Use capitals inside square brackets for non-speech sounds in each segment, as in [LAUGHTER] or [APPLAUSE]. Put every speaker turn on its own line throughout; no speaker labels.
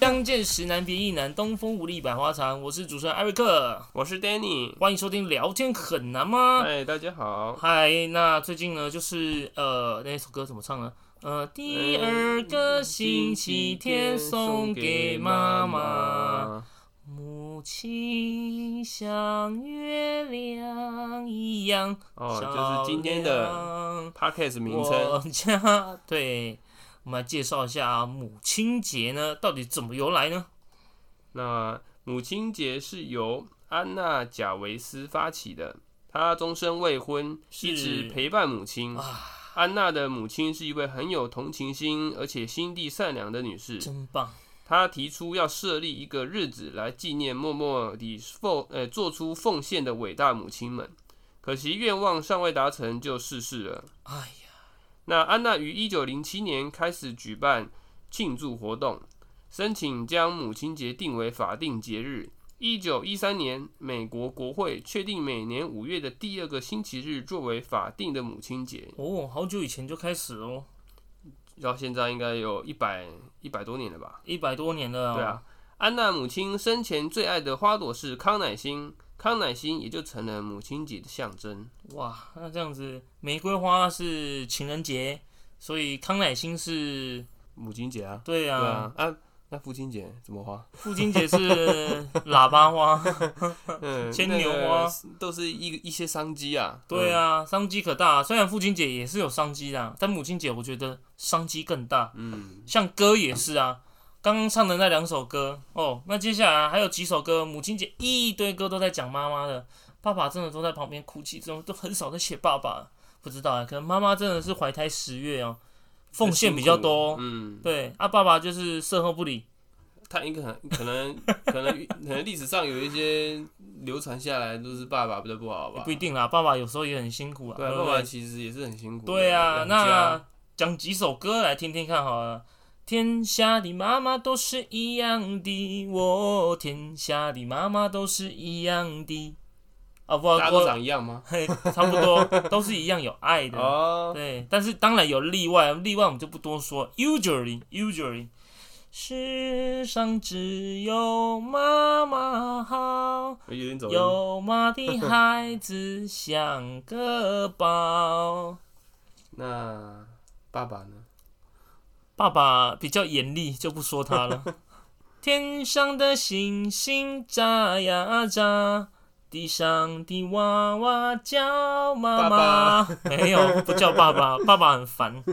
相见时难别亦难，东风无力百花残。我是主持人艾瑞克，
我是 Danny。
欢迎收听《聊天很难吗》。
嗨，大家好。
嗨，那最近呢，就是呃，那首歌怎么唱呢？呃，第二个星期天送给妈妈，。母亲像月亮一样
哦，就是今天的
的
podcast 名
我
称。
家对，我们来介绍一下啊母亲节呢，到底怎么由来呢？
那母亲节是由安娜·贾维斯发起的，她终身未婚，
是啊
一直陪伴母亲。安娜的母亲是一位很有同情心，而且心地善良的女士。
真棒，
她提出要设立一个日子来纪念默默地奉呃做出奉献的伟大母亲们。可惜愿望尚未达成就逝世了。
哎呀，
那安娜于一九零七年开始举办庆祝活动，申请将母亲节定为法定节日。一九一三年，美国国会确定每年五月的第二个星期日作为法定的母亲节，
哦，好久以前就开始了哦，
到现在应该有一百一百多年了吧？
一百多年了、
对啊，，安娜母亲生前最爱的花朵是康乃馨，康乃馨也就成了母亲节的象征。
哇，那这样子，玫瑰花是情人节，所以康乃馨是，
母亲节啊，
对
对
啊，
啊，啊，那父亲节怎么 [LAUGHS] 花？
父亲节是喇叭花，
嗯
牵牛花，
那个都是一一些商机啊。
对啊，商机可大。虽然父亲节也是有商机的，但母亲节我觉得商机更大。
嗯，
像歌也是啊，刚刚唱的那两首歌哦，那接下来还有几首歌，母亲节一堆歌都在讲妈妈的，爸爸真的都在旁边哭泣，这种都很少在写爸爸，不知道啊，可能妈妈真的是怀胎十月哦，奉献比较多，
嗯，
对啊，爸爸就是售后不理，
他应该很可能 [LAUGHS] 可能可能历史上有一些流传下来都是爸爸比较不好吧
不？一定啦，爸爸有时候也很辛苦啊，
对啊，
对
爸
不
爸
对？
其实也是很辛苦的。
对啊，
养家
那讲几首歌来听听看好了。天下的妈妈都是一样的，我、天下的妈妈都是一样的。啊，不，
大家都
我
长一样吗？
嘿差不多 [LAUGHS] 都是一样有爱的。
哦，
对，但是当然有例外，例外我们就不多说。Usually, usually，世上只有妈妈好。
有点走音。
有妈的孩子像个宝。
那爸爸呢？
爸爸比较严厉，就不说他
[LAUGHS]
了。天上的星星眨呀眨，地上的娃娃叫妈妈。没有，不叫爸
[LAUGHS]
爸，爸爸很烦。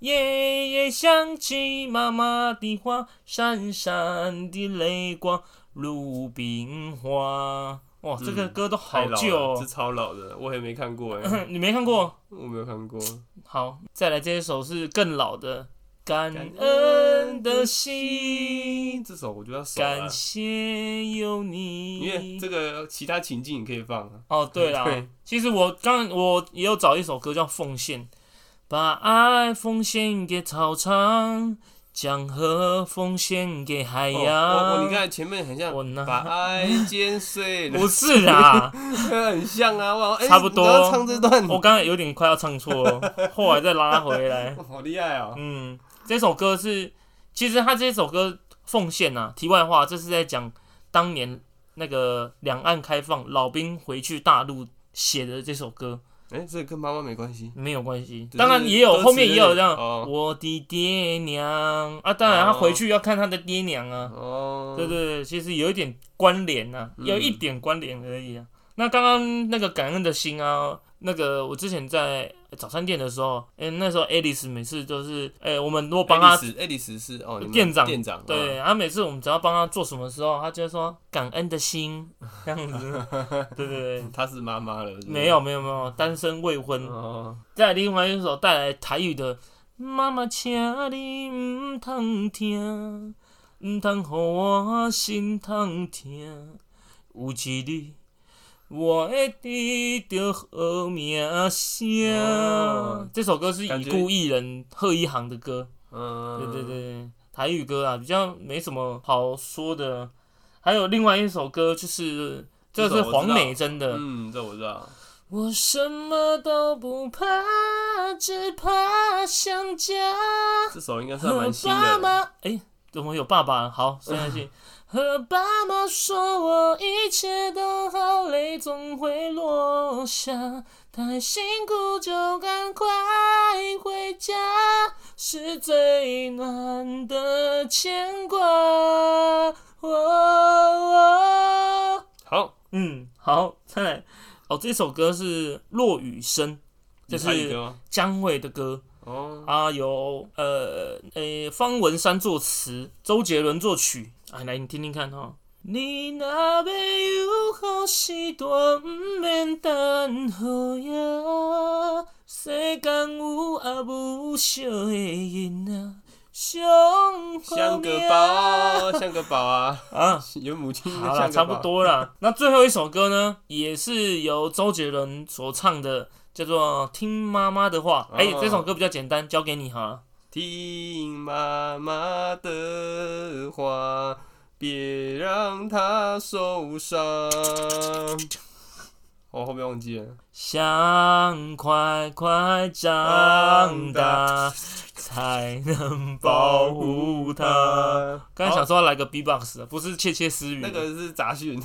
夜夜想起妈妈的话，闪闪的泪光，鲁冰花。哇，这个
嗯
歌都好
太老
旧、
了这
哦，
超老的，我也没看
[LAUGHS]
过哎，
[CLEARS THROAT] 你没看过？
我没有看过。
好，再来这一首是更老的。感
感
恩的心，
这首我就要熟了啊
感，谢有
因为
你
这。个其他情境你可以放啊。
哦，对啦，
对
其实我刚我也有找一首歌叫《奉献》，把爱奉献给草场，江河奉献给海
哦
洋。
我我你，看前面很像
我拿
把爱
[LAUGHS]
剪碎了，
不是啦，
很像啊，哇，哎
差不多
你要唱这段，
我刚才有点快要唱错了，后来再拉回来。
好厉害哦！
嗯，这首歌是，其实他这首歌奉献呐、啊。题外话，这是在讲当年那个两岸开放，老兵回去大陆写的这首歌，
哎、这跟妈妈没关系，
没有关系 [LAUGHS]
只。是
当然也有
歌词
后面也有这样，
哦
我的爹娘啊，当然他
哦
回去要看他的爹娘啊。
哦，
对对对，其实有一点关联呐、
嗯
有一点关联而已啊。那刚刚那个感恩的心啊，那个我之前在早餐店的时候，哎、那时候 Alice 每次都是，哎、我们如果帮他
爱丽丝，爱丽丝是哦，你们
店长
店长，
对，
哦
他、每次我们只要帮他做什么时候，他就会说感恩的心这样子。对对对，
[LAUGHS] 她是妈妈了，是不是
没有没有没有，单身未婚。
哦，
再来另外一首带来台语的《妈妈，请你唔通听，唔通互我心痛疼。有一日，我会得到好名声。
哦
这首歌是
感
已
觉
故艺人贺一航的歌。
嗯，
对对对，对，台语歌啊，比较没什么好说的。还有另外一首歌，就是这
这
是
首我知道
黄美珍的。
嗯，这我知道，
我什么都不怕，只怕想家
这首应该算
和
蛮新
爸
的，
妈。哎、怎么有爸爸？好，孙燕 [LAUGHS] 姿。和爸妈说我一切都好，泪总会落下。太辛苦就赶快回家，是最暖的牵挂。哦哦
好，
嗯，好，再来。哦，这首歌是《落雨声》，就
你台语
是
歌吗
姜伟的歌。
哦，
啊，由呃呃方文山作词，周杰伦作曲。哎，来你听听看哈。你若要有好时段，毋免等雨夜。世间有啊无惜的人啊，上好
香格
命
宝啊，香格宝啊， [LAUGHS]
啊。
有母亲的
好啦，
香
差
格
不
宝。
多啦。那最后一首歌呢，也是由周杰伦所唱的，叫做《听妈妈的话》。哎、
哦
这首歌比较简单，交给你好了。
听妈妈的话，别让她受伤。我、后面忘记了。
想快快长大，才能保护它。
[LAUGHS]
刚才想说要来个 B-box，不是窃窃私语。
那个是杂讯，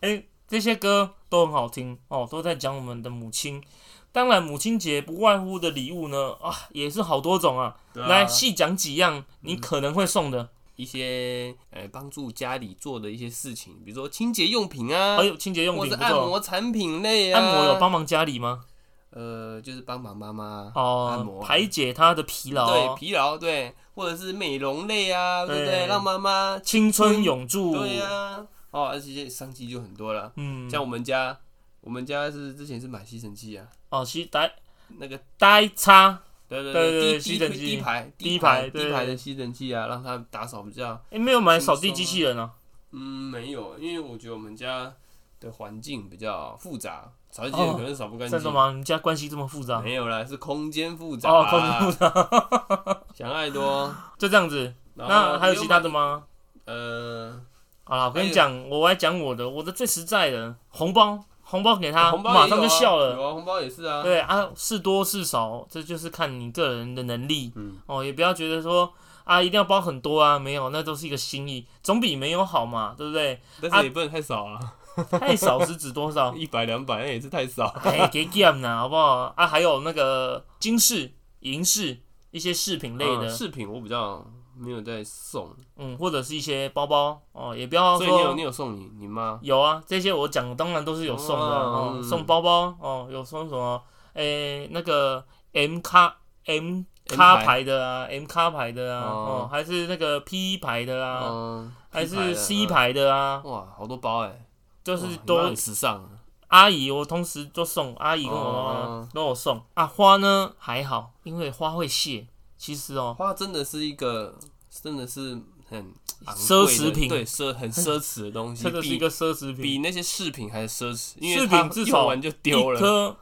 哎、这些歌都很好听哦，都在讲我们的母亲。当然，母亲节不外乎的礼物呢，啊，也是好多种啊。
对啊
来细讲几样你可能会送的。
一些呃帮助家里做的一些事情，比如说清洁用品啊，
还有哎清洁用
或
品
者
不
按
错，
摩产品类啊。
按摩有帮忙家里吗？
呃，就是帮忙妈妈按
哦
摩，啊
排解她的疲劳
对，疲劳对，或者是美容类啊，对不对？
对哦
让妈妈
青春永驻。
对呀、哦，而且商机就很多了。
嗯，
像我们家，我们家是之前是买吸尘器啊，
哦，其实呆
那个
呆叉。
对对
对对对
低
吸尘器
低低排
低
排
排对
低排的吸尘器啊，让它打扫比较
哎、没有买扫地机器人啊？
嗯没有，因为我觉得我们家的环境比较复杂，扫地机器人
哦
可能扫不干净。
真的吗？你们家关系这么复杂？
没有啦，是空间复杂、啊
哦，空间复杂， [LAUGHS]
想太多。
就这样子。
然后
那还有
又
其他
买
的？吗？
呃，
好啦，我跟
还
你
有
讲，我来讲我的，我的最实在的红包，红包给他，
红包也
马上
有
就
啊
笑了。
有啊，红包也是啊。
对啊，是多是少，这就是看你个人的能力。
嗯
哦，也不要觉得说啊，一定要包很多啊，没有，那都是一个心意，总比没有好嘛，对不对？
但
啊
是也不能太少
[LAUGHS]
啊，
太少是指多
[LAUGHS]
少？
一百两百那也是太少。
哎，给 game 呐，好不好？啊，还有那个金饰、银饰一些饰品类的
嗯，饰品我比较没有在送，
嗯，或者是一些包包哦，也不要
所以你有
说
你有送你你妈
有啊，这些我讲的当然都是有送的啊
哦
哦，
嗯
送包包哦，有送什么？诶、那个 M 卡 M 卡牌的啊，M 卡牌的啊，
哦
哦，还是那个 P 牌的啊，
嗯，
还
P 牌
是
的
C
嗯
牌的啊，
哇，好多包哎，
就
就是
都
很时尚啊。
阿姨，我同时都送阿姨跟我妈妈
哦
都有送啊。花呢还好，因为花会谢。其实哦，
花真的是一个，真的是很昂贵的
奢侈品
对奢很奢侈的
[LAUGHS]
东西，
这个是一个奢侈
比
品，
比那些饰品还奢侈，因
饰
为
品
它
至少
用完就丢
一
了，
颗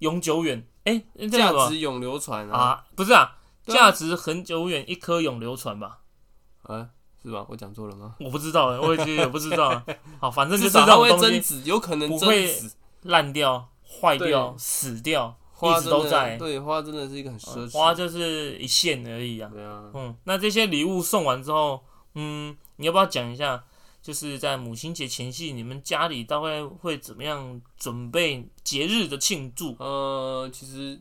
永久远。哎、那叫
价
什么？
值永流传啊，
啊，不是啊，
对
价
啊
值很久远，一颗永流传吧？
啊，是吧？我讲错了吗？
我不知道哎，我也觉得也不知道
[LAUGHS]
啊。好，反正就
至
是这
少它
种
会
东
增
西
值，有可能
不
增
会
值。
烂掉、坏掉、
对
死掉，
花
一直
真
都
的
在。
对，花真的是一个很奢侈。
花就是一线而已啊。
对啊，
嗯，那这些礼物送完之后，嗯，你要不要讲一下？就是在母亲节前夕，你们家里大概会怎么样准备节日的庆祝？
呃，其实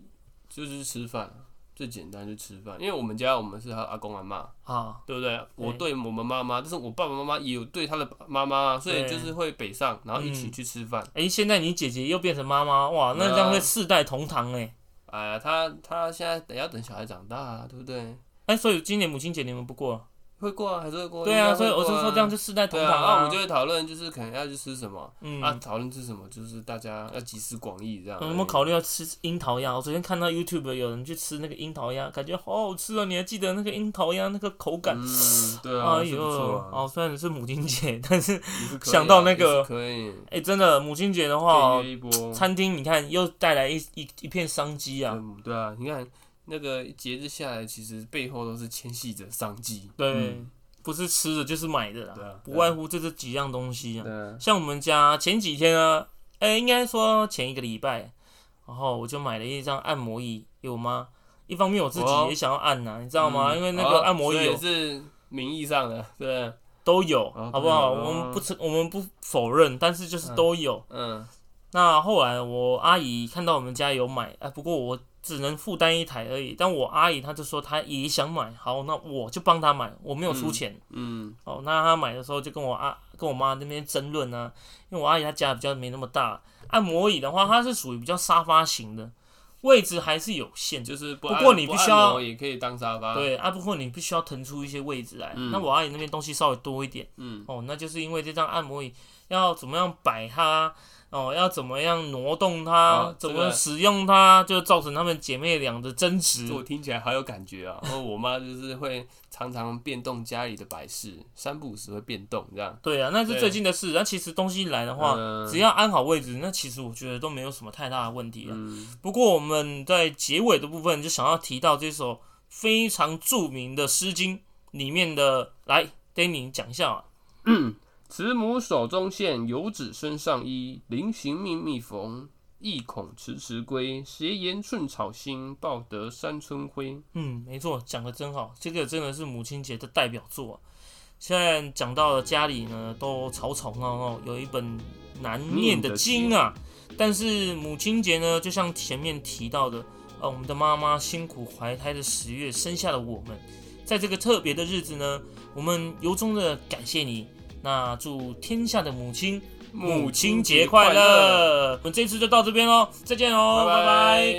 就是吃饭，最简单就吃饭。因为我们家我们是他阿公阿妈，
啊，
对不对？我对我们妈妈，但是我爸爸妈妈也有对他的妈妈，所以
对
就是会北上，然后一起
嗯
去吃饭。
哎、现在你姐姐又变成妈妈，哇，那这样会
对啊
四代同堂哎、
哎呀，他他现在等要等小孩长大啊，对不对？
哎、所以今年母亲节你们不过了？
会过啊，还是会过？
对
应
啊，
该
所以
会
我是
过
说
啊
这样就四代同
对
堂
啊，那我们就
就
会讨论，就是可能要去吃什么
嗯，
啊？讨论吃什么，就是大家要集思广益这样。嗯
有没有考虑要吃樱桃鸭？我昨天看到 YouTube 有人去吃那个樱桃鸭，感觉好好吃哦！你还记得那个樱桃鸭那个口感？
嗯，对啊，
哎
是
呦，
不错啊。
哦，虽然是母亲节， [LAUGHS] 但是
也是可以啊
想到那
也是
个
可以，
哎、真的母亲节的话
可
哦
以，约一波。
餐厅你看又带来一一一片商机啊。
嗯，对啊，你看那个节日下来，其实背后都是牵系着商机。
对，
嗯
不是吃的就是买的啦，
对啊
不
对啊
外乎这这几样东西啊。
对啊，
像我们家前几天啊，哎、应该说前一个礼拜，然后我就买了一张按摩椅给我妈，一方面我自己
哦
也想要按呐、你知道吗？
嗯
因为那个按摩
哦
椅
所
有
以是名义上的，对，
都有，
哦
好不好？
对哦
我们不承，我们不否认，但是就是都有。
嗯，
那后来我阿姨看到我们家有买，啊，不过我只能负担一台而已。但我阿姨她就说她也想买，好，那我就帮她买，我没有出钱。
嗯，
哦，那她买的时候就跟我阿跟我妈那边争论啊，因为我阿姨她家比较没那么大，按摩椅的话它是属于比较沙发型的，位置还是有限。
就是不
不
按
过你
不
必
按
须要
摩也可以当沙发，，
对啊，不过你必须要腾出一些位置来。
嗯
那我阿姨那边东西稍微多一点。
嗯
哦，那就是因为这张按摩椅要怎么样摆它，哦，要怎么样挪动它，
啊
怎
这
么
个
使用它，就造成她们姐妹俩的争执
这。我听起来好有感觉啊！因为我妈就是会常常变动家里的摆饰，三不五时会变动这样。
对啊，那是
对
最近的事。那其实东西来的话，
嗯
只要安好位置，那其实我觉得都没有什么太大的问题了。
嗯，
不过我们在结尾的部分就想要提到这首非常著名的《诗经》里面的，来，Danny 讲一下啊。
慈母手中线，游子身上衣。临行密密缝，意恐迟迟归。斜言寸草心，报得三春晖。
嗯，没错，讲的真好，这个真的是母亲节的代表作、啊。现在讲到了家里呢，都吵吵闹闹，有一本难念的经啊。但是母亲节呢，就像前面提到的，呃，我们的妈妈辛苦怀胎的十月生下了我们，在这个特别的日子呢，我们由衷的感谢你。那祝天下的母亲母亲节快！乐！我们这次就到这边喽，再见哦，拜拜
拜拜